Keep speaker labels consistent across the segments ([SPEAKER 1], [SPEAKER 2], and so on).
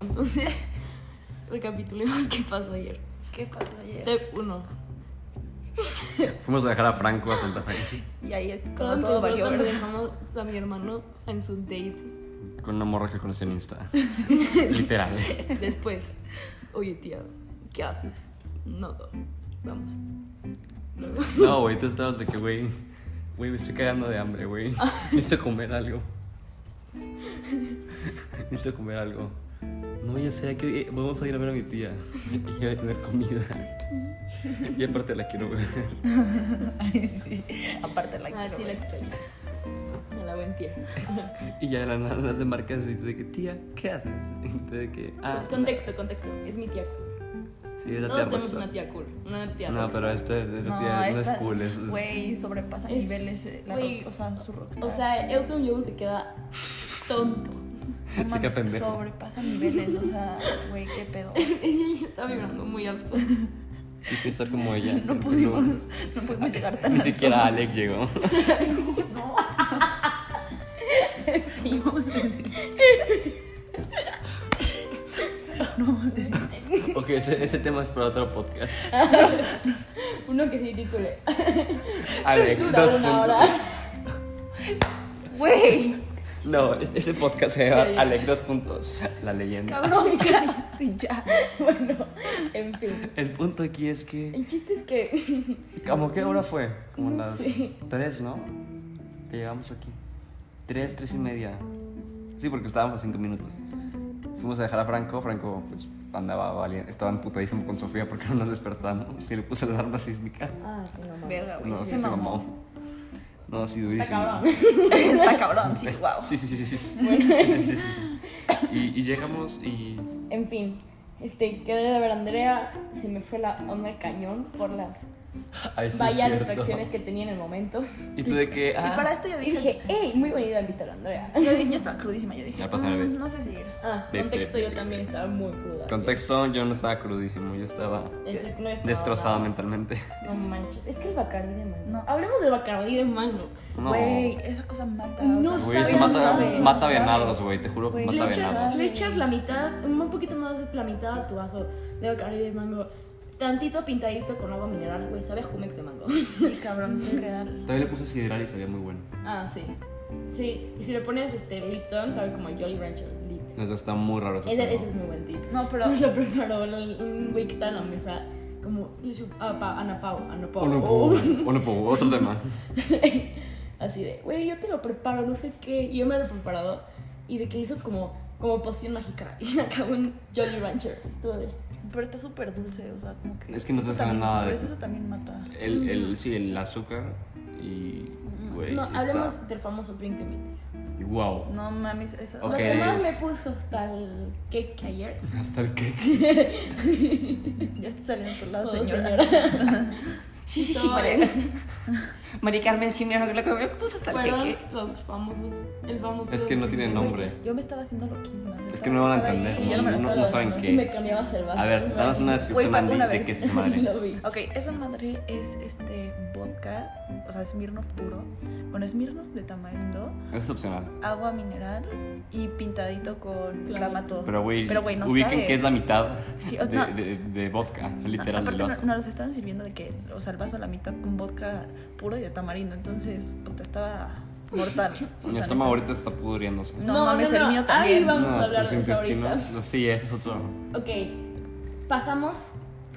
[SPEAKER 1] Entonces, recapitulemos qué pasó ayer.
[SPEAKER 2] ¿Qué pasó ayer?
[SPEAKER 1] Step 1.
[SPEAKER 3] Fuimos a dejar a Franco a Santa Fe
[SPEAKER 1] Y ahí es
[SPEAKER 2] Cuando
[SPEAKER 1] cuando
[SPEAKER 2] todo
[SPEAKER 1] empezó,
[SPEAKER 2] valió
[SPEAKER 1] cuando
[SPEAKER 2] verde.
[SPEAKER 1] dejamos a mi hermano en su date.
[SPEAKER 3] con una morra que conocí en Insta. Literal.
[SPEAKER 1] Después, oye tía, ¿qué haces? No, no. vamos. Luego,
[SPEAKER 3] No, güey, tú estabas de que, güey, güey, me estoy cagando de hambre, güey. Necesito comer algo. Necesito comer algo. No, ya sé, que eh, vamos a ir a ver a mi tía. Ella va a tener comida. Y aparte la quiero ver.
[SPEAKER 2] Ay, sí. Aparte la
[SPEAKER 1] ah,
[SPEAKER 2] quiero
[SPEAKER 1] sí, la
[SPEAKER 2] ver.
[SPEAKER 1] extrañé. A la buen tía.
[SPEAKER 3] Y ya de la nada las demarcas y de que, tía, ¿qué haces? Y tú de que, ah.
[SPEAKER 1] contexto, contexto. Es mi tía.
[SPEAKER 3] Sí, esa tía
[SPEAKER 1] Todos tenemos
[SPEAKER 3] rockstar.
[SPEAKER 1] una tía cool. Una tía
[SPEAKER 3] No,
[SPEAKER 1] rockstar.
[SPEAKER 3] pero esta, esta
[SPEAKER 2] No,
[SPEAKER 3] tía no
[SPEAKER 2] esta-
[SPEAKER 3] es cool. Es, es-
[SPEAKER 2] Güey, sobrepasa
[SPEAKER 1] Es-
[SPEAKER 2] niveles. eh, La
[SPEAKER 1] güey,
[SPEAKER 2] rock- o sea, su rockstar.
[SPEAKER 1] O sea, Elton John se queda tonto.
[SPEAKER 2] No
[SPEAKER 3] sí,
[SPEAKER 2] mames,
[SPEAKER 3] qué pendejo.
[SPEAKER 2] sobrepasa niveles. O sea, güey, qué pedo.
[SPEAKER 1] Ella está vibrando muy alto.
[SPEAKER 3] Quise estar como ella.
[SPEAKER 2] No pudimos, no pudimos llegar tan
[SPEAKER 3] Ni siquiera Alex llegó.
[SPEAKER 2] No. No vamos a decir. No vamos a decir.
[SPEAKER 3] Ok, ese, ese tema es para otro podcast.
[SPEAKER 1] Uno que sí titule.
[SPEAKER 3] Alex,
[SPEAKER 1] Dura
[SPEAKER 3] dos
[SPEAKER 1] una
[SPEAKER 3] puntos.
[SPEAKER 1] hora.
[SPEAKER 2] Güey,
[SPEAKER 3] No, es- ese podcast se
[SPEAKER 1] Sí.
[SPEAKER 3] llama Alex, dos puntos. La leyenda.
[SPEAKER 2] cabrón, cállate ya.
[SPEAKER 1] Bueno, en fin.
[SPEAKER 3] El punto aquí es que.
[SPEAKER 1] El chiste es que
[SPEAKER 3] ¿Cómo qué hora fue? Como
[SPEAKER 1] No
[SPEAKER 3] las
[SPEAKER 1] sé.
[SPEAKER 3] tres, ¿no? Que llegamos aquí. Tres, tres y media. Sí, porque estábamos a cinco minutos. Fuimos a dejar a Franco. Franco, pues, andaba valiente. Estaba emputadísimo con Sofía porque no nos despertamos. Y le puse la alarma sísmica.
[SPEAKER 1] Ah, sí, no mames.
[SPEAKER 2] Verga, güey.
[SPEAKER 3] No,
[SPEAKER 2] sí
[SPEAKER 3] sí, se mamó. No, sí, durísimo.
[SPEAKER 1] Está cabrón.
[SPEAKER 2] Está cabrón, sí, wow.
[SPEAKER 3] Sí, sí, sí, sí. sí. Sí, sí, sí, sí, sí. Y, y llegamos y.
[SPEAKER 1] En fin, este, quedé de ver a Andrea, se me fue la onda al cañón por las
[SPEAKER 3] Ay, sí,
[SPEAKER 1] vaya
[SPEAKER 3] cierto.
[SPEAKER 1] distracciones que tenía en el momento.
[SPEAKER 3] Y tú de que. Ah,
[SPEAKER 2] Y para esto yo
[SPEAKER 1] Y
[SPEAKER 2] dije.
[SPEAKER 1] dije, hey, muy bonita invitar a Andrea.
[SPEAKER 2] Yo, yo estaba crudísima, yo dije.
[SPEAKER 3] Ya pasa, bebé.
[SPEAKER 2] "Mm, no sé si ir.
[SPEAKER 1] Ah,
[SPEAKER 3] Ve,
[SPEAKER 1] contexto,
[SPEAKER 3] ve, ve,
[SPEAKER 1] yo
[SPEAKER 3] ve,
[SPEAKER 1] también
[SPEAKER 3] ve.
[SPEAKER 1] estaba muy cruda.
[SPEAKER 3] Contexto, yo no estaba crudísimo, yo estaba
[SPEAKER 1] Exacto, no estaba
[SPEAKER 3] destrozada
[SPEAKER 1] nada.
[SPEAKER 3] mentalmente.
[SPEAKER 1] No manches, es que el Bacardí de mango.
[SPEAKER 2] No.
[SPEAKER 1] Hablemos del Bacardí de mango.
[SPEAKER 3] No.
[SPEAKER 2] Güey, esa cosa mata.
[SPEAKER 1] No
[SPEAKER 2] o sea,
[SPEAKER 3] Güey, eso
[SPEAKER 1] sabe,
[SPEAKER 3] mata,
[SPEAKER 1] no sabe,
[SPEAKER 3] mata
[SPEAKER 2] no sabe.
[SPEAKER 3] venados, güey, te juro,
[SPEAKER 2] Güey,
[SPEAKER 3] mata
[SPEAKER 1] Le
[SPEAKER 3] venados.
[SPEAKER 1] echas,
[SPEAKER 2] venados.
[SPEAKER 1] le echas la mitad, un poquito más de la mitad a tu vaso de Bacardí de mango. Tantito pintadito con agua mineral, güey, sabe a Jumex de mango.
[SPEAKER 2] Sí, cabrón, estoy real.
[SPEAKER 3] Todavía le puse sideral y sabía muy bueno.
[SPEAKER 1] ah, sí. Sí, y si le pones este Lipton, sabe como a Jolly Rancher Lit.
[SPEAKER 3] O sea, está muy raro. ese
[SPEAKER 1] Ese,
[SPEAKER 3] pedo.
[SPEAKER 1] ese es muy buen tip.
[SPEAKER 2] No, pero.
[SPEAKER 1] Nos lo preparó el- un güey que está en la mesa, como le su- a Pa- Ana Pau, Ana Pau.
[SPEAKER 3] O no puedo, o no puedo, otro tema.
[SPEAKER 1] Así de, güey, yo te lo preparo, no sé qué. Y yo me lo he preparado. Y de que hizo como, como poción mágica. Y acabó un Jolly Rancher. Estuvo de.
[SPEAKER 2] Pero está súper dulce, o sea, como que.
[SPEAKER 3] Es que no te
[SPEAKER 2] eso
[SPEAKER 3] sabe
[SPEAKER 2] también-
[SPEAKER 3] nada de-
[SPEAKER 2] Pero eso, eso también mata.
[SPEAKER 3] El, el, sí, el azúcar y. Güey,
[SPEAKER 1] no,
[SPEAKER 3] Pues, sí
[SPEAKER 1] hablemos
[SPEAKER 3] está.
[SPEAKER 1] del famoso drink de mi tía.
[SPEAKER 3] Wow.
[SPEAKER 2] No mames, esa.
[SPEAKER 3] Ok.
[SPEAKER 1] Lo que más me
[SPEAKER 3] es-
[SPEAKER 1] puso hasta el cake ayer.
[SPEAKER 3] Hasta el que.
[SPEAKER 2] Ya está saliendo a tu lado,
[SPEAKER 1] Todo,
[SPEAKER 2] Oh, señora.
[SPEAKER 1] Sí, sí, sí,
[SPEAKER 2] María.
[SPEAKER 4] María Carmen, sí, me dijo que lo comió. ¿Cómo se está el
[SPEAKER 1] Fueron
[SPEAKER 4] queque?
[SPEAKER 1] los famosos. El famoso.
[SPEAKER 3] Es que no tiene
[SPEAKER 2] Güey,
[SPEAKER 3] nombre.
[SPEAKER 2] Yo me estaba haciendo loquísima. yo
[SPEAKER 3] Es
[SPEAKER 2] estaba-
[SPEAKER 3] que no van a
[SPEAKER 2] estaba ahí
[SPEAKER 3] entender,
[SPEAKER 2] y yo no me la
[SPEAKER 3] no-
[SPEAKER 2] estaba
[SPEAKER 3] no saben
[SPEAKER 2] dando.
[SPEAKER 3] qué
[SPEAKER 1] Y me cambiabas el vaso.
[SPEAKER 3] A ver, danos una
[SPEAKER 2] Güey,
[SPEAKER 3] descripción
[SPEAKER 2] fue
[SPEAKER 3] Andy,
[SPEAKER 2] una
[SPEAKER 3] de
[SPEAKER 2] vez.
[SPEAKER 3] qué es esta madre.
[SPEAKER 1] Lo vi.
[SPEAKER 2] Ok, esa madre es este vodka, o sea, esmirno puro. Bueno, esmirno de tamarindo,
[SPEAKER 3] Es opcional.
[SPEAKER 2] agua mineral y pintadito con
[SPEAKER 1] Clamato.
[SPEAKER 2] clamato.
[SPEAKER 3] Pero, güey,
[SPEAKER 2] Pero, güey, no
[SPEAKER 3] ubiquen
[SPEAKER 2] sabe.
[SPEAKER 3] que es la mitad
[SPEAKER 2] Sí, o-
[SPEAKER 3] de,
[SPEAKER 2] no.
[SPEAKER 3] de- de vodka, literal, del
[SPEAKER 2] Aparte,
[SPEAKER 3] vaso.
[SPEAKER 2] no- nos los estaban sirviendo de que, o sea, el vaso a la mitad con vodka puro y de tamarindo. Entonces, puta, estaba mortal. O
[SPEAKER 3] Mi
[SPEAKER 2] sea,
[SPEAKER 3] estómago
[SPEAKER 2] neta.
[SPEAKER 3] ahorita está pudriéndose.
[SPEAKER 2] No, mames, el mío
[SPEAKER 1] Ahí
[SPEAKER 2] también.
[SPEAKER 1] vamos
[SPEAKER 3] No,
[SPEAKER 1] a hablar de
[SPEAKER 3] tus
[SPEAKER 1] eso ahorita.
[SPEAKER 3] intestinos. no, Sí, ese es otro.
[SPEAKER 1] Ok, pasamos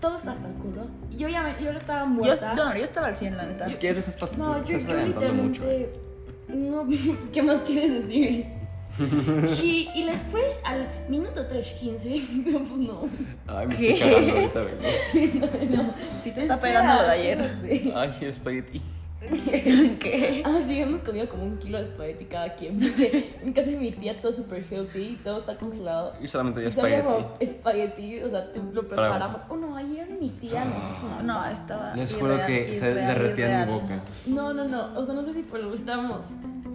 [SPEAKER 1] todos hasta el culo. Yo ya me- yo ya estaba muerta.
[SPEAKER 2] Yo, no, yo estaba al 100, la neta.
[SPEAKER 3] Es que esas pastas
[SPEAKER 1] no,
[SPEAKER 3] te
[SPEAKER 1] yo,
[SPEAKER 3] estás
[SPEAKER 1] yo
[SPEAKER 3] adelantando mucho. eh.
[SPEAKER 1] literalmente. No, ¿qué más quieres decir? Sí, y después al minuto 3.15, no, pues no.
[SPEAKER 3] Ay, me
[SPEAKER 2] ¿Qué?
[SPEAKER 3] estoy cagando ahorita, güey.
[SPEAKER 1] Si te
[SPEAKER 2] está pegando lo de ayer.
[SPEAKER 3] Ay, el espagueti.
[SPEAKER 2] ¿Qué?
[SPEAKER 1] Ah, sí, hemos comido como un kilo de espagueti cada quien. porque En casa de mi tía todo súper healthy y todo está congelado.
[SPEAKER 3] Y solamente hay
[SPEAKER 1] Y sabe como
[SPEAKER 3] espagueti.
[SPEAKER 1] espagueti, o sea, tú lo preparamos. Oh, no, ayer mi
[SPEAKER 3] Ah.
[SPEAKER 1] tía nos hizo una
[SPEAKER 2] No, estaba.
[SPEAKER 3] Les juro
[SPEAKER 2] irreal,
[SPEAKER 3] que se
[SPEAKER 2] irreal,
[SPEAKER 3] derretía en mi
[SPEAKER 2] irreal.
[SPEAKER 3] boca.
[SPEAKER 1] No, no, no. O sea, no sé si por lo estamos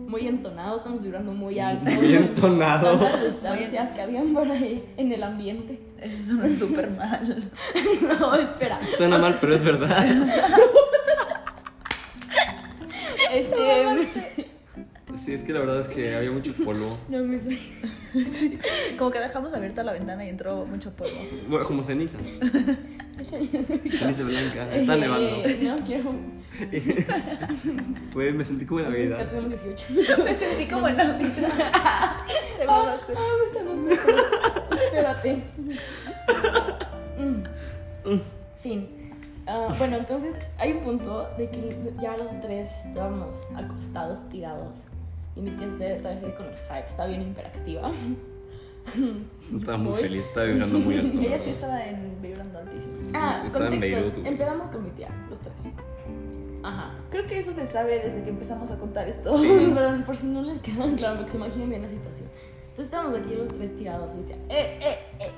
[SPEAKER 1] muy entonados, estamos vibrando muy alto.
[SPEAKER 3] Muy entonado.
[SPEAKER 1] Tantas sustancias que habían por ahí en el ambiente.
[SPEAKER 2] Eso suena súper mal.
[SPEAKER 1] No, espera.
[SPEAKER 3] Suena mal, pero es verdad.
[SPEAKER 1] Este.
[SPEAKER 3] Sí, es que que la verdad es que había mucho polvo.
[SPEAKER 1] No me sé.
[SPEAKER 2] Sí. Como que dejamos abierta la ventana y entró mucho polvo.
[SPEAKER 3] Bueno, como ceniza. ceniza blanca. Está nevando.
[SPEAKER 1] Eh, No, quiero.
[SPEAKER 3] Güey, me sentí como en la vida.
[SPEAKER 1] Tenemos 18.
[SPEAKER 2] Me sentí como en la vida. Te
[SPEAKER 1] Ah,
[SPEAKER 2] mamaste.
[SPEAKER 1] ah, me está dando sueño. Espérate. Mm. Fin. Ah, bueno, entonces hay un punto de que ya los tres estábamos acostados, tirados. Y mi tía está otra vez ahí con el hype, está bien hiperactiva.
[SPEAKER 3] Estaba muy
[SPEAKER 1] Voy.
[SPEAKER 3] feliz, estaba vibrando muy alto. la
[SPEAKER 2] Ella sí
[SPEAKER 3] verdad.
[SPEAKER 2] estaba en, vibrando altísimo.
[SPEAKER 1] Ah,
[SPEAKER 3] Estaba en Beirut,
[SPEAKER 1] contexto.
[SPEAKER 3] güey.
[SPEAKER 1] Empezamos con mi tía, los tres. Ajá.
[SPEAKER 2] Creo que eso se sabe desde que empezamos a contar esto.
[SPEAKER 1] Oh, Perdón, por si no les quedó claro, porque se imaginan bien la situación. Entonces estábamos aquí los tres tirados, mi tía. Eh, eh, eh.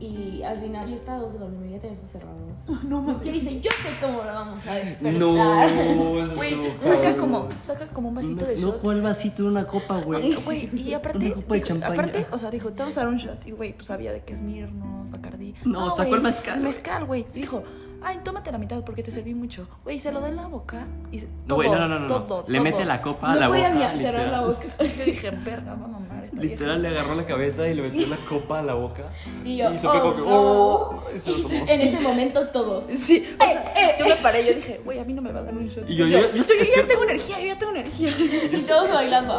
[SPEAKER 1] Y al final yo estaba a dos de dormir, ya tenía ojos cerrados.
[SPEAKER 2] No
[SPEAKER 1] Mi tía dice, yo sé cómo la vamos a despertar.
[SPEAKER 3] No, eso
[SPEAKER 2] Güey,
[SPEAKER 3] estuvo
[SPEAKER 2] saca
[SPEAKER 3] cabrón.
[SPEAKER 2] como, saca como un vasito de
[SPEAKER 4] No,
[SPEAKER 2] shot.
[SPEAKER 4] ¿cuál vasito? Una copa, güey.
[SPEAKER 2] Güey, y aparte,
[SPEAKER 4] Una copa de
[SPEAKER 2] dijo-
[SPEAKER 4] champaña.
[SPEAKER 2] aparte, o sea, dijo, te vamos a dar un shot. Y güey, pues sabía de que es Mirno, Bacardí.
[SPEAKER 4] No, sacó
[SPEAKER 2] güey,
[SPEAKER 4] el mezcal, güey.
[SPEAKER 2] Mezcal, güey. Y dijo, ay, tómate la mitad porque te serví mucho. Güey, se lo da en la boca y se-
[SPEAKER 4] No,
[SPEAKER 2] todo,
[SPEAKER 4] güey, no, no, no, no.
[SPEAKER 2] todo,
[SPEAKER 4] Le
[SPEAKER 2] todo.
[SPEAKER 4] mete la copa a
[SPEAKER 1] No
[SPEAKER 4] la
[SPEAKER 1] podía
[SPEAKER 4] boca.
[SPEAKER 1] ni cerrar
[SPEAKER 4] literal.
[SPEAKER 1] la boca.
[SPEAKER 2] Yo dije, verga, va a mamar esta vieja".
[SPEAKER 3] Literal le agarró la cabeza y le metió la copa a la boca.
[SPEAKER 1] Y yo,
[SPEAKER 3] se fue
[SPEAKER 1] "Oh,
[SPEAKER 3] como que,
[SPEAKER 1] no".
[SPEAKER 3] "Oh", y se lo tomó.
[SPEAKER 1] En ese momento todos.
[SPEAKER 2] Sí,
[SPEAKER 1] Eh,
[SPEAKER 2] o sea, yo me paré, yo dije, güey, a mí no me va a dar un shot.
[SPEAKER 3] Y yo, yo- yo estoy
[SPEAKER 2] ya
[SPEAKER 3] despierto.
[SPEAKER 2] tengo energía, yo ya tengo energía.
[SPEAKER 1] Y todos bailando.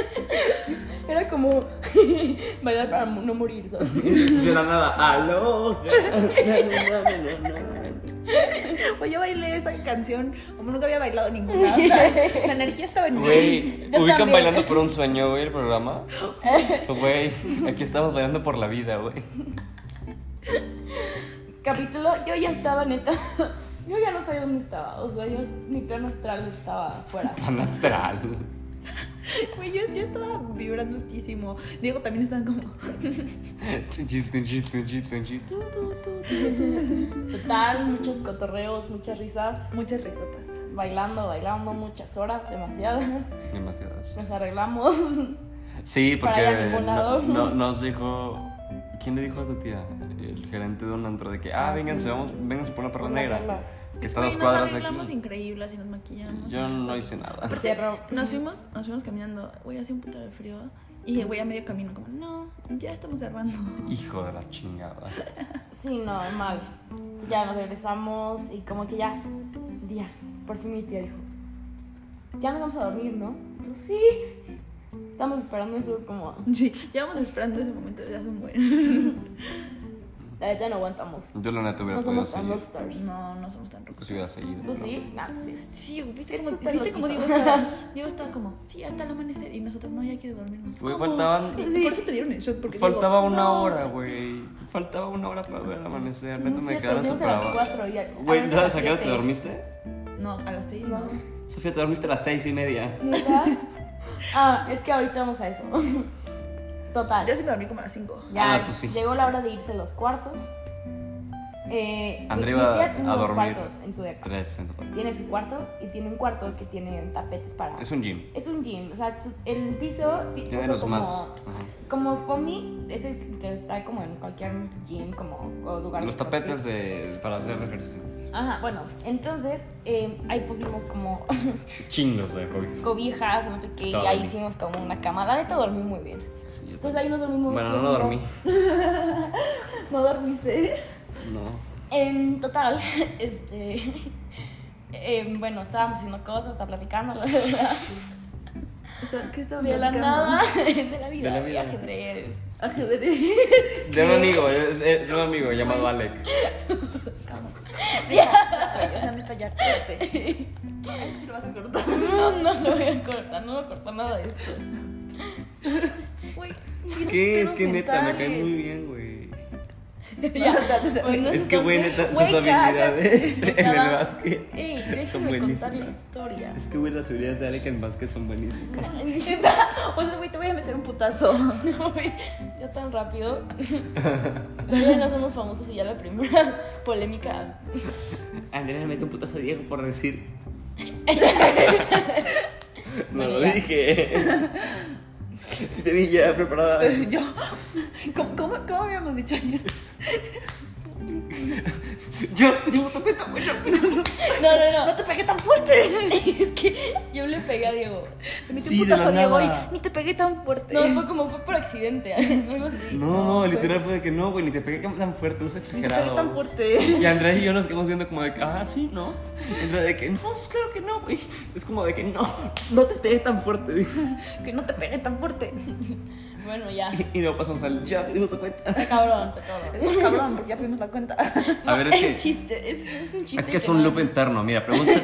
[SPEAKER 1] Era como bailar para no morir. ¿sabes?
[SPEAKER 3] De la nada, aló.
[SPEAKER 2] Güey, yo bailé esa canción como nunca había bailado ninguna. O sea, la energía estaba en mí.
[SPEAKER 3] Güey,
[SPEAKER 1] Yo
[SPEAKER 3] ubican
[SPEAKER 1] también.
[SPEAKER 3] bailando por un sueño, güey, el programa. Güey, aquí estamos bailando por la vida, güey.
[SPEAKER 1] capítulo, yo ya estaba neta. Yo ya no sabía dónde estaba. O sea, yo, mi plano astral estaba fuera.
[SPEAKER 3] Tan astral.
[SPEAKER 2] Güey, yo, yo estaba vibrando altísimo. Diego también estaba como.
[SPEAKER 3] Chiste, chiste, chiste, chiste.
[SPEAKER 1] Total, muchos cotorreos, muchas risas.
[SPEAKER 2] Muchas risotas.
[SPEAKER 1] Bailando, bailando, muchas horas, demasiadas.
[SPEAKER 3] Demasiadas.
[SPEAKER 1] Nos arreglamos.
[SPEAKER 3] Sí,
[SPEAKER 1] Para
[SPEAKER 3] porque
[SPEAKER 1] ir a ningún lado.
[SPEAKER 3] no- no- nos dijo. ¿Quién le dijo a tu tía? El gerente de un antro de que, ah, vénganse, vamos, vénganse por una perla
[SPEAKER 1] Una
[SPEAKER 3] negra.
[SPEAKER 1] perla.
[SPEAKER 3] Que está a dos
[SPEAKER 2] Güey, nos
[SPEAKER 3] cuadras de
[SPEAKER 2] arreglamos
[SPEAKER 3] aquí.
[SPEAKER 2] increíble, así nos maquillamos.
[SPEAKER 3] Yo no hice nada.
[SPEAKER 1] Cerro.
[SPEAKER 2] Nos fuimos, nos fuimos caminando, güey, hacía un puto de frío. Y el güey a medio camino, como, no, ya estamos cerrando.
[SPEAKER 3] Hijo de la chingada.
[SPEAKER 1] Sí, no, mal. Ya nos regresamos y como que ya, día, por fin mi tía dijo, ya nos vamos a dormir, ¿no? Tú sí. Estamos esperando eso como...
[SPEAKER 2] Sí, llevamos esperando ese momento desde hace un buen.
[SPEAKER 1] La neta no aguantamos.
[SPEAKER 3] Yo la neta hubiera
[SPEAKER 1] No
[SPEAKER 3] podido
[SPEAKER 1] somos tan
[SPEAKER 3] seguir.
[SPEAKER 1] rockstars.
[SPEAKER 2] No, no somos tan
[SPEAKER 3] Pues
[SPEAKER 2] rocos.
[SPEAKER 3] hubiera seguido.
[SPEAKER 1] ¿Tú
[SPEAKER 3] ¿no?
[SPEAKER 1] sí? Nah, sí.
[SPEAKER 2] Sí, güey, viste cómo,
[SPEAKER 1] Está
[SPEAKER 2] ¿viste cómo Diego
[SPEAKER 1] loquito.
[SPEAKER 2] estaba. Diego estaba como, sí, hasta el amanecer. Y nosotros, no, ya quiero dormirnos.
[SPEAKER 3] Güey,
[SPEAKER 2] ¿Cómo?
[SPEAKER 3] faltaban-
[SPEAKER 2] Y Por eso te dieron el shot, porque.
[SPEAKER 3] Faltaba
[SPEAKER 2] Diego,
[SPEAKER 3] una
[SPEAKER 2] "No".
[SPEAKER 3] hora, güey. Faltaba una hora para ver el amanecer. Neta,
[SPEAKER 1] No
[SPEAKER 3] me
[SPEAKER 1] sé,
[SPEAKER 3] quedaron
[SPEAKER 1] dormimos
[SPEAKER 3] súper
[SPEAKER 1] a las
[SPEAKER 3] abajo.
[SPEAKER 1] cuatro y a- a
[SPEAKER 3] Güey,
[SPEAKER 1] las
[SPEAKER 3] ¿sabes a qué hora te
[SPEAKER 1] siete.
[SPEAKER 3] dormiste?
[SPEAKER 2] No, a las seis,
[SPEAKER 1] No.
[SPEAKER 2] no.
[SPEAKER 3] Sofía, te dormiste a las seis y media.
[SPEAKER 1] ¿Neta? Ah, es que ahorita vamos a eso. Total.
[SPEAKER 2] Yo sí me dormí como a las cinco.
[SPEAKER 1] Ya
[SPEAKER 3] Ah, tú sí.
[SPEAKER 1] llegó la hora de irse a los cuartos. Eh,
[SPEAKER 3] Andrea
[SPEAKER 1] mi- mi
[SPEAKER 3] va
[SPEAKER 1] tía tiene
[SPEAKER 3] a
[SPEAKER 1] dos
[SPEAKER 3] dormir.
[SPEAKER 1] cuartos en su depa.
[SPEAKER 3] Tres en total.
[SPEAKER 1] Tiene su cuarto y tiene un cuarto que tiene tapetes para.
[SPEAKER 3] Es un gym.
[SPEAKER 1] Es un gym, o sea, su- el piso ti- o
[SPEAKER 3] Tiene
[SPEAKER 1] sea,
[SPEAKER 3] los
[SPEAKER 1] como,
[SPEAKER 3] mats. Ajá.
[SPEAKER 1] como foamy, es el que está como en cualquier gym, como o lugar.
[SPEAKER 3] Los
[SPEAKER 1] de CrossFit.
[SPEAKER 3] tapetes de, para hacer ejercicio.
[SPEAKER 1] Ajá, bueno, entonces eh, ahí pusimos como
[SPEAKER 3] Chingos de hobby.
[SPEAKER 1] cobijas, no sé qué, y
[SPEAKER 3] Estaba
[SPEAKER 1] ahí
[SPEAKER 3] bien.
[SPEAKER 1] hicimos como una cama. La neta dormí muy bien.
[SPEAKER 3] Sí, yo
[SPEAKER 1] Entonces Pues ahí
[SPEAKER 3] también.
[SPEAKER 1] nos dormimos.
[SPEAKER 3] Bueno, no, no dormí.
[SPEAKER 1] No dormiste.
[SPEAKER 3] No.
[SPEAKER 1] En Em, total, este. em, bueno, estábamos haciendo cosas, está platicando, la verdad.
[SPEAKER 2] Está- ¿Qué estaba
[SPEAKER 1] De la
[SPEAKER 2] platicando?
[SPEAKER 1] nada, de la vida,
[SPEAKER 3] De la vida.
[SPEAKER 1] y ajedrez.
[SPEAKER 2] Ajedrez.
[SPEAKER 3] De un amigo, es- es de un amigo llamado Alec.
[SPEAKER 2] O sea, neta, ya cállate. Ay, sí lo vas a cortar.
[SPEAKER 1] No, no lo voy a cortar, no voy a cortar nada de esto.
[SPEAKER 2] Güey, tienes
[SPEAKER 3] Es que, es
[SPEAKER 2] pedos
[SPEAKER 3] que neta, me cae
[SPEAKER 2] mentales.
[SPEAKER 3] muy bien, güey.
[SPEAKER 1] Ya, bueno,
[SPEAKER 3] Es que, güey, neta, sus
[SPEAKER 1] Güey,
[SPEAKER 3] habilidades
[SPEAKER 1] cállate.
[SPEAKER 3] en el
[SPEAKER 1] Estaba-
[SPEAKER 3] básquet
[SPEAKER 1] Ey,
[SPEAKER 3] son
[SPEAKER 1] déjame contar la
[SPEAKER 3] buenísimas.
[SPEAKER 1] historia.
[SPEAKER 3] Es que, güey, las habilidades de Alec en básquet son buenísimas.
[SPEAKER 2] Neta, O sea, güey, te voy a meter un putazo.
[SPEAKER 1] No, güey, ya tan rápido. Todavía no somos famosos y ya la primera polémica.
[SPEAKER 4] Andrea le mete un putazo a Diego por decir.
[SPEAKER 3] No lo dije. Si te vi ya preparada.
[SPEAKER 2] Yo, ¿cómo, cómo, cómo habíamos dicho ayer?
[SPEAKER 4] Yo digo, te cuento mucho.
[SPEAKER 1] No, no, no.
[SPEAKER 2] ¡No te pegué tan fuerte!
[SPEAKER 1] Es que yo le pegué a Diego.
[SPEAKER 2] Le metí
[SPEAKER 3] Sí,
[SPEAKER 2] un
[SPEAKER 3] de la
[SPEAKER 2] putazo a Diego y
[SPEAKER 3] nada.
[SPEAKER 2] ni te pegué tan fuerte.
[SPEAKER 1] No, fue como fue por accidente, algo así.
[SPEAKER 3] No, no, literal fue de que no, güey, ni te pegué tan fuerte, no seas
[SPEAKER 2] ni te pegué
[SPEAKER 3] exagerado.
[SPEAKER 2] tan
[SPEAKER 3] güey.
[SPEAKER 2] fuerte.
[SPEAKER 3] Y Andrea y yo nos quedamos viendo como de que, ah, sí, no. Y Andrea de que, no, pues, claro que no, güey. Es como de que, no, no te pegué tan fuerte, güey.
[SPEAKER 2] Que no te pegué tan fuerte.
[SPEAKER 1] Bueno, ya.
[SPEAKER 3] Y luego pasamos al, ya, digo, te cuenta.
[SPEAKER 1] Está cabrón, está cabrón.
[SPEAKER 2] Es más cabrón, porque ya pedimos la cuenta.
[SPEAKER 3] A ver,
[SPEAKER 1] es
[SPEAKER 3] es
[SPEAKER 1] un
[SPEAKER 3] que-
[SPEAKER 1] chiste, es, es un chiste.
[SPEAKER 3] Es que es un loop interno, mira, pregúntate.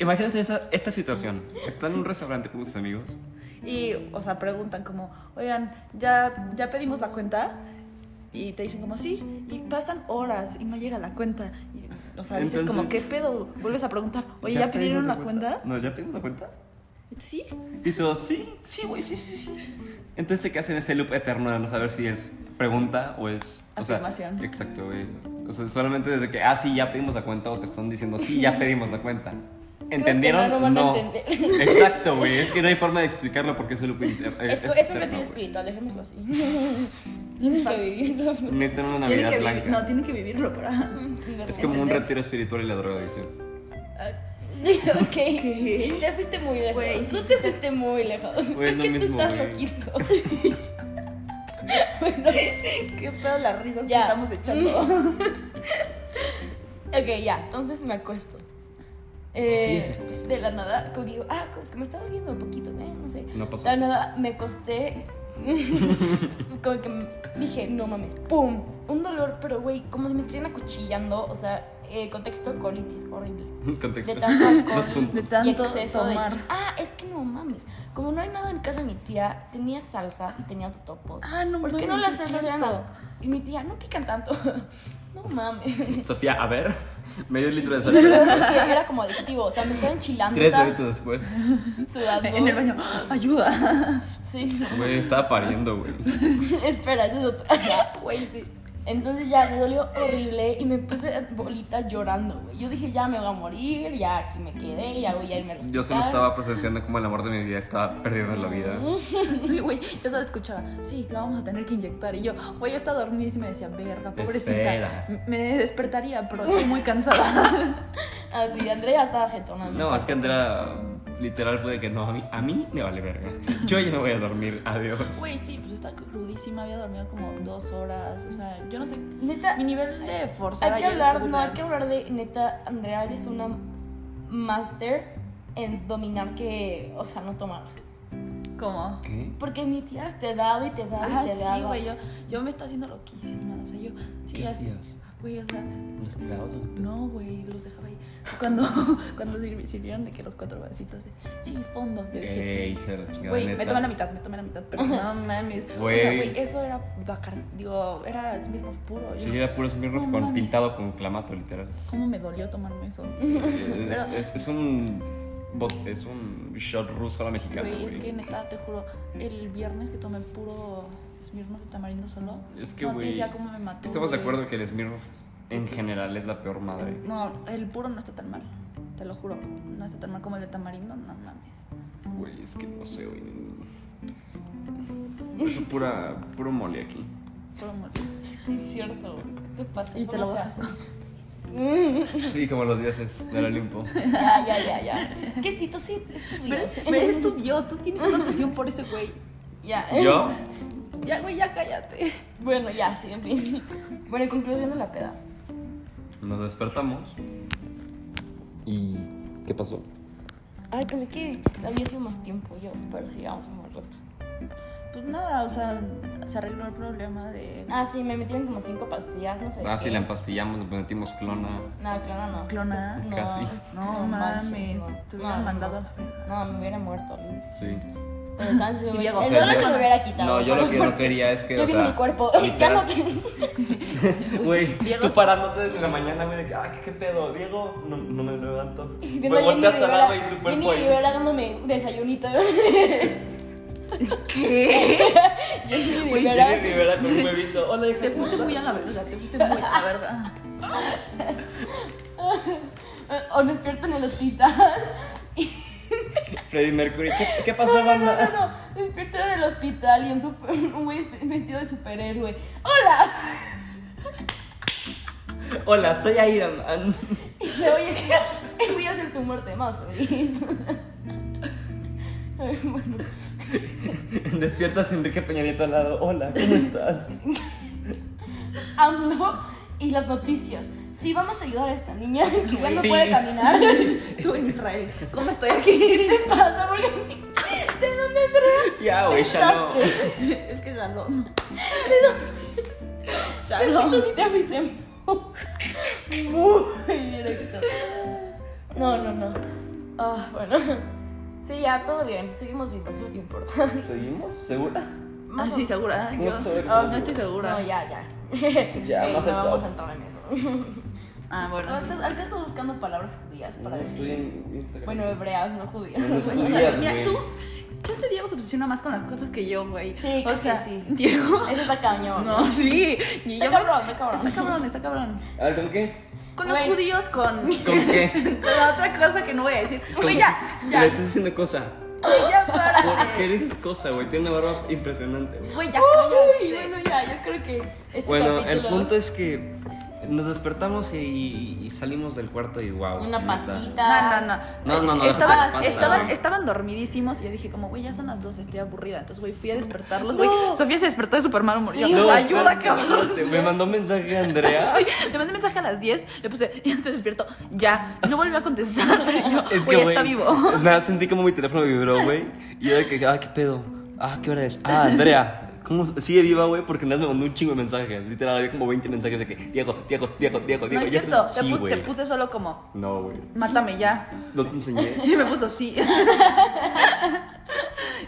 [SPEAKER 3] Imagínense esta, esta situación. Están en un restaurante con sus amigos.
[SPEAKER 2] Y, o sea, preguntan como, oigan, ¿ya, ya pedimos la cuenta? Y te dicen como, sí. Y pasan horas y no llega la cuenta. Y, o sea, dices como, ¿qué
[SPEAKER 3] Entonces-
[SPEAKER 2] pedo? Vuelves a preguntar, oye, ¿ya, pidieron
[SPEAKER 3] pedimos
[SPEAKER 2] la cuenta?
[SPEAKER 3] No, ¿ya pedimos la cuenta?
[SPEAKER 2] Sí.
[SPEAKER 3] Y todos, sí, sí, güey, sí, sí, sí. Entonces se quedan en ese loop eterno de no saber si es pregunta o es... o sea,
[SPEAKER 2] Afirmación.
[SPEAKER 3] exacto, güey. O sea, solamente desde que, ah, sí, ya pedimos la cuenta o te están diciendo, sí, ya pedimos la cuenta. ¿Entendieron?
[SPEAKER 1] no lo van a entender.
[SPEAKER 3] Exacto, güey. Es que no hay forma de explicarlo porque es un loop interno.
[SPEAKER 1] Es, co- es un retiro espiritual, dejémoslo así. Tienes que vivirlo.
[SPEAKER 3] Necesitan una
[SPEAKER 2] Tienen
[SPEAKER 3] Navidad
[SPEAKER 2] que
[SPEAKER 3] blanca.
[SPEAKER 2] vivi- no, tienen que vivirlo para...
[SPEAKER 3] es como un retiro espiritual y la drogadicción.
[SPEAKER 1] Ah, ok. Te fuiste muy lejos.
[SPEAKER 2] Güey, sí.
[SPEAKER 1] Tú te fuiste muy lejos.
[SPEAKER 3] Güey,
[SPEAKER 1] es
[SPEAKER 3] es lo
[SPEAKER 1] que tú
[SPEAKER 3] mismo,
[SPEAKER 1] estás
[SPEAKER 3] güey.
[SPEAKER 1] loquito.
[SPEAKER 2] Qué pedo las risas
[SPEAKER 1] Ya.
[SPEAKER 2] que estamos echando.
[SPEAKER 1] Ok, ya, entonces me acuesto. Eh, de la nada, como digo, ah, como que me estaba viendo un poquito, eh, no sé.
[SPEAKER 3] No pasó.
[SPEAKER 1] De la nada me acosté. como que m- dije, no mames, ¡pum! Un dolor, pero güey, como si me estuvieran acuchillando, o sea, eh, contexto colitis, horrible.
[SPEAKER 3] Contexto.
[SPEAKER 1] De tanto
[SPEAKER 3] Los
[SPEAKER 1] alcohol,
[SPEAKER 3] puntos.
[SPEAKER 2] De tanto
[SPEAKER 1] y exceso
[SPEAKER 2] tomar.
[SPEAKER 1] de. Ah, es que no mames. Como no hay nada en casa de mi tía, tenía salsas y tenía totopos.
[SPEAKER 2] Ah, no
[SPEAKER 1] ¿Por qué no
[SPEAKER 2] mames,
[SPEAKER 1] las
[SPEAKER 2] es
[SPEAKER 1] salsas eran
[SPEAKER 2] cierto.
[SPEAKER 1] las.? Y mi tía, no pican tanto. no mames.
[SPEAKER 3] Sofía, a ver, medio litro de
[SPEAKER 1] Y lo
[SPEAKER 3] salsa.
[SPEAKER 1] peor es que era como adictivo, o sea, me estaba enchilando,
[SPEAKER 3] Tres
[SPEAKER 1] estaba
[SPEAKER 3] horitas después.
[SPEAKER 1] sudando.
[SPEAKER 2] En el baño, ¡ah, ayuda.
[SPEAKER 1] Sí.
[SPEAKER 3] Güey, estaba pariendo, güey.
[SPEAKER 1] Espera, esa es otra. Güey, sí. Entonces ya me dolió horrible y me puse bolitas llorando, güey. Yo dije, ya me voy a morir, ya aquí me quedé, ya voy a irme al hospital.
[SPEAKER 3] Yo solo estaba presenciando como el amor de mi vida estaba perdiendo la vida.
[SPEAKER 2] Mm. Y, Güey, yo solo escuchaba, sí, la vamos a tener que inyectar. Y yo, güey, yo estaba dormida y me decía, verga, pobrecita.
[SPEAKER 3] Espera.
[SPEAKER 2] M- Me despertaría, pero estoy muy cansada.
[SPEAKER 1] Así, Ah, Andrea estaba jetona.
[SPEAKER 3] No, es que Andrea literal fue de que no, a mí, a mí me vale verga. Yo ya me voy a dormir, adiós.
[SPEAKER 2] Güey, sí, pues estaba crudísima, había dormido como dos horas. O sea, yo no sé.
[SPEAKER 1] Neta,
[SPEAKER 2] Mi nivel de forzar.
[SPEAKER 1] hay que
[SPEAKER 2] ayer
[SPEAKER 1] hablar,
[SPEAKER 2] estuvo
[SPEAKER 1] no, hay
[SPEAKER 2] grave.
[SPEAKER 1] que hablar de, neta, Andrea, eres una máster en dominar que, o sea, no tomar.
[SPEAKER 2] ¿Cómo?
[SPEAKER 3] ¿Qué?
[SPEAKER 1] Porque mi tía te daba y te daba
[SPEAKER 2] Ah,
[SPEAKER 1] y te
[SPEAKER 2] sí,
[SPEAKER 1] daba.
[SPEAKER 2] güey, yo, yo me estaba haciendo loquísima. O sea, yo, sí,
[SPEAKER 3] ¿Qué
[SPEAKER 2] así.
[SPEAKER 3] hacías?
[SPEAKER 2] Güey, o sea,
[SPEAKER 3] ¿Los cagados?
[SPEAKER 2] No, güey, los dejaba ahí. Cuando, cuando sirvi- sirvieron de que los cuatro vasitos de, sí, fondo. Yo
[SPEAKER 3] Eh,
[SPEAKER 2] dije,
[SPEAKER 3] hija de la chingada.
[SPEAKER 2] güey, me
[SPEAKER 3] neta.
[SPEAKER 2] tomé la mitad, me tomé la mitad, pero no mames. O sea,
[SPEAKER 3] Güey.
[SPEAKER 2] güey, eso era bacar, digo, era Smirnoff puro.
[SPEAKER 3] Sí,
[SPEAKER 2] Yo-
[SPEAKER 3] era puro Smirnoff
[SPEAKER 2] No
[SPEAKER 3] con
[SPEAKER 2] mames.
[SPEAKER 3] pintado con clamato, literal.
[SPEAKER 2] ¿Cómo me dolió tomarme eso?
[SPEAKER 3] Es, es- es un. bot- es un shot ruso a la mexicana.
[SPEAKER 2] Güey, es que neta, te juro, el viernes que tomé puro Smirnoff de tamarindo solo,
[SPEAKER 3] Es que,
[SPEAKER 2] no
[SPEAKER 3] güey.
[SPEAKER 2] te decía cómo me mató.
[SPEAKER 3] Estamos de
[SPEAKER 2] güey.
[SPEAKER 3] acuerdo que el Smirnoff en general es la peor madre.
[SPEAKER 2] No, el puro no está tan mal, te lo juro. No está tan mal como el de tamarindo, no mames.
[SPEAKER 3] Güey, es que no sé, güey. Es pura, puro mole aquí.
[SPEAKER 2] Puro amor.
[SPEAKER 1] Es cierto, güey. ¿Qué te pasa?
[SPEAKER 2] Y
[SPEAKER 1] Eso
[SPEAKER 2] te
[SPEAKER 1] no
[SPEAKER 2] lo
[SPEAKER 1] se
[SPEAKER 2] bajas.
[SPEAKER 1] hace.
[SPEAKER 3] Sí, como los dioses del Olimpo.
[SPEAKER 1] Ya, ya, ya, ya. Es que sí, tú sí, es tu
[SPEAKER 2] Pero,
[SPEAKER 1] Dios.
[SPEAKER 2] pero eres tu Dios, tú tienes una obsesión por ese güey.
[SPEAKER 1] Ya.
[SPEAKER 3] ¿Yo?
[SPEAKER 2] Ya, güey, ya cállate.
[SPEAKER 1] Bueno, ya, sí, en fin. Bueno, en conclusión de la peda.
[SPEAKER 3] Nos despertamos. ¿Y qué pasó?
[SPEAKER 1] Ay, pensé que había sido más tiempo yo, pero sí, vamos a un buen rato.
[SPEAKER 2] Pues nada, o sea, se arregló el problema de
[SPEAKER 1] Ah, sí, me metieron como cinco pastillas, no sé.
[SPEAKER 3] Ah,
[SPEAKER 1] qué.
[SPEAKER 3] sí, la empastillamos, le metimos clona.
[SPEAKER 1] Nada, claro, no.
[SPEAKER 2] clonada.
[SPEAKER 1] No,
[SPEAKER 3] Casi.
[SPEAKER 2] No mames, te hubieran mandado a la
[SPEAKER 1] No, me hubiera muerto, Liz.
[SPEAKER 3] Sí.
[SPEAKER 1] Pero, ¿sabes? Si
[SPEAKER 2] Y
[SPEAKER 1] hubiera-
[SPEAKER 2] Diego,
[SPEAKER 1] el
[SPEAKER 2] o sea,
[SPEAKER 1] dolor
[SPEAKER 3] yo-
[SPEAKER 1] que me hubiera quitado.
[SPEAKER 3] No, yo lo que no
[SPEAKER 1] porque
[SPEAKER 3] quería es que.
[SPEAKER 1] Yo
[SPEAKER 3] o
[SPEAKER 1] vi
[SPEAKER 3] sea,
[SPEAKER 1] mi cuerpo. Ya
[SPEAKER 3] literal-
[SPEAKER 1] no tengo.
[SPEAKER 3] Güey,
[SPEAKER 2] Diego
[SPEAKER 3] tú
[SPEAKER 2] se-
[SPEAKER 3] parándote desde la mañana, güey, de que, ah, ¿qué, qué pedo, Diego, no, no me levanto. Me
[SPEAKER 1] Viendo a Jenny
[SPEAKER 3] volteas al
[SPEAKER 1] Rivera-
[SPEAKER 3] lado y tu
[SPEAKER 1] Jenny
[SPEAKER 3] cuerpo ahí.
[SPEAKER 1] Rivera dándome desayunito.
[SPEAKER 2] ¿Qué?
[SPEAKER 1] Jenny
[SPEAKER 3] Güey,
[SPEAKER 1] Rivera.
[SPEAKER 3] Jenny Rivera con un huevito. Hola, hija.
[SPEAKER 2] Te fuiste muy a la verga, te fuiste muy a la verga.
[SPEAKER 1] O despierto en el hospital.
[SPEAKER 3] Freddy Mercury. ¿Qué, qué pasó, banda?
[SPEAKER 1] No, no, despierto en el hospital y un, super- un güey vestido de superhéroe. ¡Hola!
[SPEAKER 4] Hola, soy Iron Man.
[SPEAKER 1] Y le oye, que voy a hacer tu muerte más feliz. Ay, bueno,
[SPEAKER 4] Despiertas a Enrique Peña Nieto al lado. Hola, ¿cómo estás?
[SPEAKER 1] AMLO y las noticias. Sí, vamos a ayudar a esta niña que ya no
[SPEAKER 4] Sí.
[SPEAKER 1] puede caminar. Tú en Israel.
[SPEAKER 2] ¿Cómo estoy aquí?
[SPEAKER 1] ¿Qué te pasa? ¿Por qué? ¿De dónde entraste?
[SPEAKER 4] Ya, güey, ya no.
[SPEAKER 2] es que ya no. ya
[SPEAKER 1] Es que
[SPEAKER 2] no.
[SPEAKER 1] tú sí te fuiste muy directo. No, no, no. Ah, bueno. Sí, ya, todo bien. Seguimos vivos, eso es lo que importa.
[SPEAKER 3] ¿Seguimos? ¿Segura?
[SPEAKER 2] Ah, sí, segura.
[SPEAKER 3] ¿Cómo
[SPEAKER 2] Yo-
[SPEAKER 3] sabes?
[SPEAKER 2] Ah, no estoy segura.
[SPEAKER 1] No, ya, ya.
[SPEAKER 3] Ya,
[SPEAKER 1] Ey,
[SPEAKER 3] más
[SPEAKER 1] no vamos
[SPEAKER 3] aceptado.
[SPEAKER 1] a entrar en eso.
[SPEAKER 2] Ah,
[SPEAKER 1] No,
[SPEAKER 2] bueno. sí.
[SPEAKER 1] estás, al que estás buscando palabras judías para
[SPEAKER 3] No, estoy
[SPEAKER 1] decir.
[SPEAKER 3] en Instagram.
[SPEAKER 1] Bueno, hebreas, no judías.
[SPEAKER 3] No, no es
[SPEAKER 1] Bueno,
[SPEAKER 3] judías,
[SPEAKER 2] Mira,
[SPEAKER 3] güey.
[SPEAKER 2] tú, Chance Diego se obsesiona más con las cosas que yo, güey.
[SPEAKER 1] Sí,
[SPEAKER 2] o
[SPEAKER 1] creo
[SPEAKER 2] sea,
[SPEAKER 1] que sí.
[SPEAKER 2] Diego.
[SPEAKER 1] Eso está cañón.
[SPEAKER 2] No, sí. Y
[SPEAKER 1] Está
[SPEAKER 2] yo-
[SPEAKER 1] cabrón, está cabrón.
[SPEAKER 2] Está cabrón, está cabrón.
[SPEAKER 3] A ver, ¿con qué?
[SPEAKER 2] Con los
[SPEAKER 1] Güey.
[SPEAKER 2] judíos, con.
[SPEAKER 3] ¿Con qué?
[SPEAKER 2] con la otra cosa que no voy a decir. Güey, ya,
[SPEAKER 3] Le
[SPEAKER 2] ya.
[SPEAKER 3] estás haciendo cosa.
[SPEAKER 2] Güey, ya,
[SPEAKER 3] ¿Por qué
[SPEAKER 2] párate.
[SPEAKER 3] le dices cosa, güey? Tiene una barba impresionante, güey.
[SPEAKER 2] Güey, ya,
[SPEAKER 1] Uy,
[SPEAKER 2] cállate.
[SPEAKER 1] bueno, ya, yo creo que. Este
[SPEAKER 3] Bueno, el
[SPEAKER 1] capítulo-
[SPEAKER 3] punto es que nos despertamos y, y salimos del cuarto y wow.
[SPEAKER 1] Una pastita.
[SPEAKER 2] No, no, no.
[SPEAKER 3] No, no, no,
[SPEAKER 2] Estaban,
[SPEAKER 3] no, no, no.
[SPEAKER 2] estaban, estaban dormidísimos y yo dije como, güey, ya son las dos, estoy aburrida. Entonces, güey, fui a despertarlos, güey. Sofía se despertó de súper mal humor.
[SPEAKER 1] Sí,
[SPEAKER 2] Yo,
[SPEAKER 1] güey.
[SPEAKER 2] "No, ayuda,
[SPEAKER 3] espérate,
[SPEAKER 2] cabrón.
[SPEAKER 3] espérate. Me mandó un mensaje Andrea.
[SPEAKER 2] Ay, le mandé mensaje a las 10, le puse, ya te despierto, ya. No volvió a contestar. Yo,
[SPEAKER 3] Es que,
[SPEAKER 2] güey,
[SPEAKER 3] güey,
[SPEAKER 2] está vivo.
[SPEAKER 3] Nada, sentí como mi teléfono vibró, güey. Y yo de que, ah, qué pedo. Ah, qué hora es. Ah, Andrea. ¿Cómo sigue viva, güey? Porque nada más me mandó un chingo de mensajes. Literal, había como 20 mensajes de que, Diego, Diego, Diego, Diego, Diego.
[SPEAKER 2] No es
[SPEAKER 3] Ya
[SPEAKER 2] cierto,
[SPEAKER 3] estoy-
[SPEAKER 2] te,
[SPEAKER 3] Sí,
[SPEAKER 2] puse, te
[SPEAKER 3] güey.
[SPEAKER 2] puse solo como,
[SPEAKER 3] No, güey.
[SPEAKER 2] mátame ya.
[SPEAKER 3] No te enseñé.
[SPEAKER 2] Y me puso sí.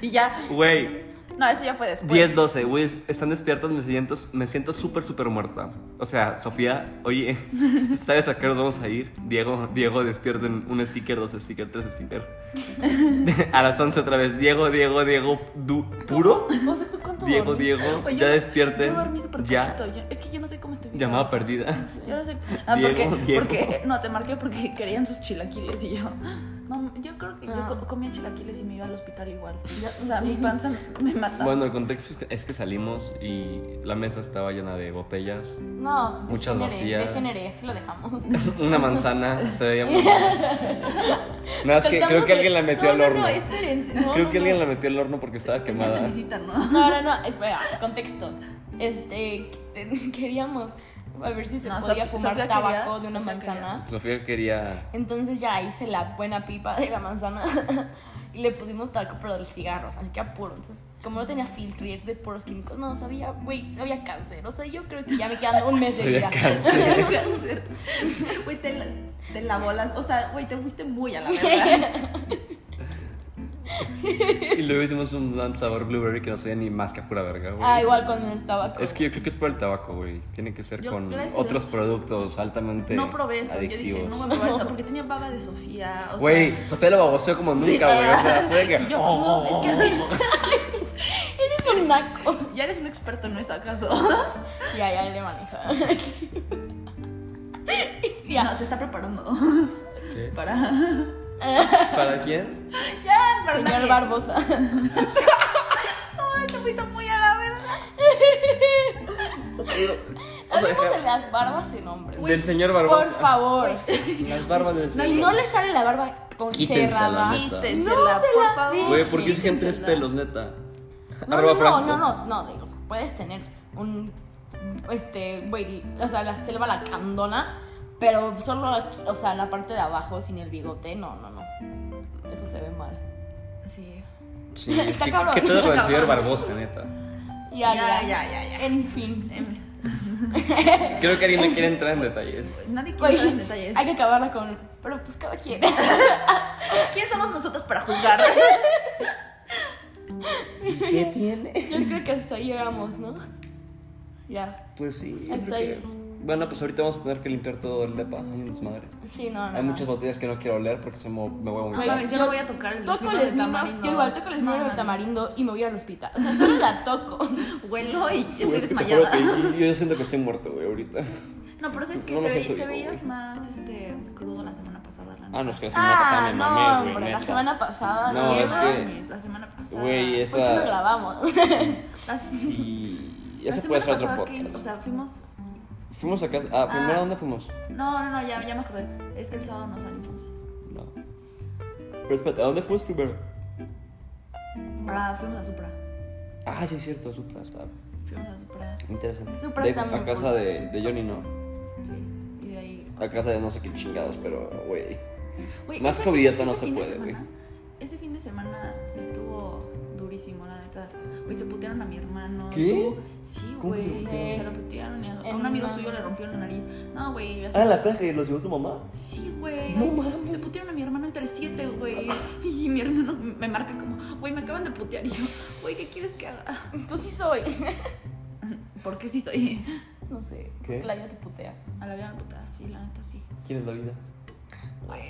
[SPEAKER 2] y ya.
[SPEAKER 3] Güey,
[SPEAKER 2] No, eso ya fue después.
[SPEAKER 3] 10, 12, güey, están despiertos, me siento me siento súper, súper muerta. O sea, Sofía, oye, ¿sabes a qué hora vamos a ir? Diego, Diego, despierten un sticker, dos stickers, tres stickers. a las 11 otra vez, Diego, Diego, Diego, du- ¿puro?
[SPEAKER 1] No sé tú cuánto
[SPEAKER 3] Diego,
[SPEAKER 1] dormiste?
[SPEAKER 3] Diego,
[SPEAKER 2] Güey,
[SPEAKER 3] ya
[SPEAKER 2] yo-
[SPEAKER 3] despierten.
[SPEAKER 2] Yo dormí súper
[SPEAKER 3] ya,
[SPEAKER 2] poquito. yo- es que yo no sé cómo estoy viva.
[SPEAKER 3] llamada perdida.
[SPEAKER 2] Yo no sé. Ah,
[SPEAKER 3] Diego,
[SPEAKER 2] porque,
[SPEAKER 3] Diego.
[SPEAKER 2] porque no, te marqué porque querían sus chilaquiles y yo. No, yo creo que
[SPEAKER 1] Ah.
[SPEAKER 2] yo co- comía chilaquiles y me iba al hospital igual.
[SPEAKER 1] Ya,
[SPEAKER 2] o sea,
[SPEAKER 1] sí.
[SPEAKER 2] mi panza me mataba.
[SPEAKER 3] Bueno, el contexto es que- es que salimos y la mesa estaba llena de botellas,
[SPEAKER 1] No,
[SPEAKER 3] Muchas
[SPEAKER 1] degeneré,
[SPEAKER 3] vacías.
[SPEAKER 1] degeneré, así lo dejamos.
[SPEAKER 3] una manzana, se veía muy mal. Nada, es que creo
[SPEAKER 1] Tratamos
[SPEAKER 3] que
[SPEAKER 1] de-
[SPEAKER 3] alguien la metió
[SPEAKER 1] no,
[SPEAKER 3] al
[SPEAKER 1] no,
[SPEAKER 3] horno.
[SPEAKER 1] No, espérense. No,
[SPEAKER 3] Creo
[SPEAKER 1] no,
[SPEAKER 3] que
[SPEAKER 1] no.
[SPEAKER 3] alguien la metió al horno porque estaba
[SPEAKER 2] Tenía
[SPEAKER 3] quemada.
[SPEAKER 2] cenicita, ¿no?
[SPEAKER 1] No, no, no, espera, contexto. Este, que- queríamos a ver si se
[SPEAKER 2] No,
[SPEAKER 1] podía
[SPEAKER 2] Sof-
[SPEAKER 1] fumar
[SPEAKER 2] Sofía
[SPEAKER 1] tabaco
[SPEAKER 2] quería-
[SPEAKER 1] de una
[SPEAKER 2] Sofía
[SPEAKER 1] manzana.
[SPEAKER 3] Sofía quería.
[SPEAKER 1] Entonces ya hice la buena pipa de la manzana y le pusimos tabaco, pero del cigarro, o sea, que era puro. Entonces, como no tenía filtro y es de puros químicos, no, sabía, güey, sabía cáncer. O sea, yo creo que ya me quedan un mes de
[SPEAKER 3] Sabía
[SPEAKER 1] vida.
[SPEAKER 2] Cáncer. Güey, te, la- te la bolas. O sea, güey, te fuiste muy a la verga.
[SPEAKER 3] Y luego hicimos un blunt sabor blueberry que no sabía ni más que a pura verga, güey.
[SPEAKER 1] ah, igual con el tabaco.
[SPEAKER 3] Es que yo creo que es por el tabaco, güey. Tiene que ser
[SPEAKER 2] Yo,
[SPEAKER 3] con
[SPEAKER 2] gracias a
[SPEAKER 3] otros
[SPEAKER 2] Dios,
[SPEAKER 3] productos altamente.
[SPEAKER 2] No probé eso. Yo
[SPEAKER 3] adictivos.
[SPEAKER 2] dije, no voy a probar eso porque tenía baba de Sofía. O
[SPEAKER 3] Güey, Oh.
[SPEAKER 2] sea,
[SPEAKER 3] Sofía lo baboseó como nunca, güey. O sea, fue de
[SPEAKER 2] y
[SPEAKER 3] que.
[SPEAKER 2] yo, no, es que
[SPEAKER 1] Eres un naco.
[SPEAKER 2] ya eres un experto en eso, ¿acaso?
[SPEAKER 1] Ya, ya le maneja. ya.
[SPEAKER 2] No, se está preparando para...
[SPEAKER 3] ¿Eh? ¿Para quién?
[SPEAKER 2] Ya, pero
[SPEAKER 1] Señor
[SPEAKER 2] nadie-
[SPEAKER 1] Barbosa.
[SPEAKER 2] Ay, te fuiste muy a la verga.
[SPEAKER 3] O sea,
[SPEAKER 1] Hablemos de las barbas sin nombre.
[SPEAKER 3] del señor Barbosa.
[SPEAKER 1] Por favor.
[SPEAKER 3] Las barbas del
[SPEAKER 1] Si
[SPEAKER 3] señor.
[SPEAKER 1] no le sale la barba con
[SPEAKER 3] Quítensela,
[SPEAKER 1] cerrada.
[SPEAKER 3] neta.
[SPEAKER 2] Quítensela,
[SPEAKER 1] No se
[SPEAKER 2] por
[SPEAKER 1] la
[SPEAKER 2] favor.
[SPEAKER 1] dejen.
[SPEAKER 3] Güey, ¿por qué esa gente tres pelos, neta?
[SPEAKER 1] No,
[SPEAKER 3] Arroba
[SPEAKER 1] no, no,
[SPEAKER 3] Franco.
[SPEAKER 1] no, no, no, digo, o sea, puedes tener un, este, güey, o sea, la selva la candona, pero solo, aquí, o sea, la parte de abajo sin el bigote, no, no, no, eso se ve mal.
[SPEAKER 2] Sí.
[SPEAKER 3] Sí, es
[SPEAKER 1] Está
[SPEAKER 3] que,
[SPEAKER 1] cabrón.
[SPEAKER 3] ¿Qué pedo con el
[SPEAKER 2] Está
[SPEAKER 3] señor
[SPEAKER 2] cabrón.
[SPEAKER 3] Barbosa, neta?
[SPEAKER 1] Ya, ya,
[SPEAKER 2] Ya, ya, ya, ya.
[SPEAKER 1] En fin.
[SPEAKER 2] Em,
[SPEAKER 3] Creo que alguien no quiere entrar en detalles.
[SPEAKER 2] Pues, Nadie quiere
[SPEAKER 1] Güey,
[SPEAKER 2] entrar en detalles.
[SPEAKER 1] hay que acabarla con, pero pues cada quien.
[SPEAKER 2] ¿Quién somos nosotros para juzgar?
[SPEAKER 4] ¿Qué tiene?
[SPEAKER 1] Yo creo que hasta ahí llegamos, ¿no? Ya.
[SPEAKER 3] Pues sí.
[SPEAKER 1] Hasta
[SPEAKER 3] creo
[SPEAKER 1] ahí.
[SPEAKER 3] que- Bueno, pues ahorita vamos a tener que limpiar todo el depa. Hay un desmadre.
[SPEAKER 1] Sí, no, no.
[SPEAKER 3] Hay
[SPEAKER 1] no.
[SPEAKER 3] muchas botellas que no quiero oler porque se mo- me
[SPEAKER 1] Güey,
[SPEAKER 2] Ay,
[SPEAKER 3] voy a vomitar.
[SPEAKER 2] mames, yo no voy a tocar el
[SPEAKER 1] Toco
[SPEAKER 2] esmero
[SPEAKER 1] el
[SPEAKER 2] de
[SPEAKER 1] esmero,
[SPEAKER 2] tamarindo.
[SPEAKER 1] yo igual toco el
[SPEAKER 2] No,
[SPEAKER 1] esmero de
[SPEAKER 2] mames.
[SPEAKER 1] tamarindo y me voy al hospital. O sea, solo la toco.
[SPEAKER 2] Huelo y estoy
[SPEAKER 3] Güey, es que te juro
[SPEAKER 2] desmayada.
[SPEAKER 3] que yo, yo siento que estoy muerto, güey, ahorita.
[SPEAKER 2] No, pero es que
[SPEAKER 3] No lo
[SPEAKER 2] te,
[SPEAKER 3] siento
[SPEAKER 2] te
[SPEAKER 3] vivo,
[SPEAKER 2] veías
[SPEAKER 3] güey.
[SPEAKER 2] más este, crudo la semana pasada. La
[SPEAKER 3] Ah, no,
[SPEAKER 2] neta.
[SPEAKER 3] es que la semana pasada me
[SPEAKER 1] no,
[SPEAKER 3] mamé, güey.
[SPEAKER 1] hombre, la
[SPEAKER 3] neta.
[SPEAKER 1] semana pasada.
[SPEAKER 3] No,
[SPEAKER 1] Diego.
[SPEAKER 3] es que-
[SPEAKER 2] La semana pasada.
[SPEAKER 3] Güey,
[SPEAKER 1] ¿Por qué no
[SPEAKER 3] esa.
[SPEAKER 1] grabamos?
[SPEAKER 2] La-
[SPEAKER 3] Sí.
[SPEAKER 2] la
[SPEAKER 3] Ese puede ser
[SPEAKER 2] semana
[SPEAKER 3] otro
[SPEAKER 2] pasada que- o
[SPEAKER 3] podcast.
[SPEAKER 2] sea, fuimos.
[SPEAKER 3] Fuimos a casa. Ah, primero, ¿a dónde fuimos?
[SPEAKER 2] No, no, no, ya, ya me acordé. Es que el sábado no salimos.
[SPEAKER 3] No. Pero espérate, ¿a dónde fuimos primero?
[SPEAKER 2] Ah, fuimos a Supra.
[SPEAKER 3] Ah, sí, es cierto, Supra. Está
[SPEAKER 2] Fuimos a Supra.
[SPEAKER 3] interesante.
[SPEAKER 1] Supra
[SPEAKER 3] De-
[SPEAKER 1] está muy
[SPEAKER 3] a casa
[SPEAKER 1] cool.
[SPEAKER 3] de, de Johnny, no.
[SPEAKER 2] Sí. Y de ahí.
[SPEAKER 3] A casa de no sé qué chingados, pero, güey.
[SPEAKER 2] Güey,
[SPEAKER 3] Más
[SPEAKER 2] ese-
[SPEAKER 3] covidiota
[SPEAKER 2] ese
[SPEAKER 3] no se
[SPEAKER 2] fin de
[SPEAKER 3] puede, güey.
[SPEAKER 2] semana- Ese fin de semana estuvo durísimo, la neta. Güey, se putearon a mi hermano.
[SPEAKER 3] ¿Qué?
[SPEAKER 2] tú- Sí,
[SPEAKER 3] ¿Cómo
[SPEAKER 2] güey.
[SPEAKER 3] que se
[SPEAKER 2] Se lo
[SPEAKER 1] putearon?
[SPEAKER 2] putearon. y A a
[SPEAKER 1] En
[SPEAKER 2] un amigo
[SPEAKER 1] una-
[SPEAKER 2] suyo le rompió la nariz. No, güey. así-
[SPEAKER 3] Ah, la peda que los llevó tu mamá.
[SPEAKER 2] Sí, güey.
[SPEAKER 3] No mames.
[SPEAKER 2] Se putearon a mi hermano entre siete, güey. Y mi hermano me marca como, güey, me acaban de putear. Y yo, güey, ¿qué quieres que haga?
[SPEAKER 1] Tú sí soy.
[SPEAKER 2] ¿Por qué sí soy?
[SPEAKER 1] No sé.
[SPEAKER 3] ¿Qué?
[SPEAKER 1] Playa te putea.
[SPEAKER 2] A la vida me putea, sí, la neta sí.
[SPEAKER 3] ¿Quién es la vida?
[SPEAKER 2] Güey,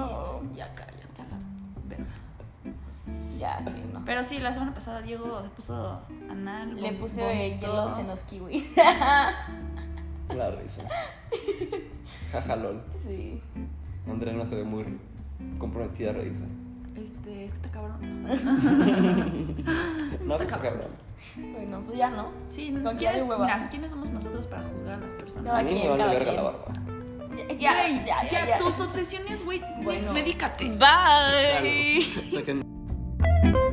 [SPEAKER 1] Oh.
[SPEAKER 2] ya cállate a la verga.
[SPEAKER 1] Ya, sí, no.
[SPEAKER 2] Pero sí, la semana pasada Diego se puso anal.
[SPEAKER 1] Le
[SPEAKER 2] vom-
[SPEAKER 1] puse
[SPEAKER 2] vomitó.
[SPEAKER 1] hielos en los kiwis.
[SPEAKER 3] La risa. Jaja, lol.
[SPEAKER 1] Sí.
[SPEAKER 3] Andrea no se ve muy comprometida a reírse.
[SPEAKER 2] Este, es que está cabrón.
[SPEAKER 3] No, pues cabrón.
[SPEAKER 1] Bueno, pues ya no.
[SPEAKER 2] Sí,
[SPEAKER 1] ¿Con quién
[SPEAKER 2] ¿quiénes,
[SPEAKER 1] de hueva?
[SPEAKER 2] mira, ¿quiénes somos nosotros para juzgar a las
[SPEAKER 1] Cada
[SPEAKER 3] A
[SPEAKER 2] personas?
[SPEAKER 3] mí me
[SPEAKER 1] quien,
[SPEAKER 3] vale
[SPEAKER 1] cada
[SPEAKER 3] verga la
[SPEAKER 1] quien.
[SPEAKER 3] barba.
[SPEAKER 1] Ya,
[SPEAKER 2] Güey,
[SPEAKER 1] ya, ya. ya,
[SPEAKER 2] tus obsesiones, güey,
[SPEAKER 1] Bueno.
[SPEAKER 2] medícate.
[SPEAKER 1] Bye.
[SPEAKER 3] Claro. Saquen-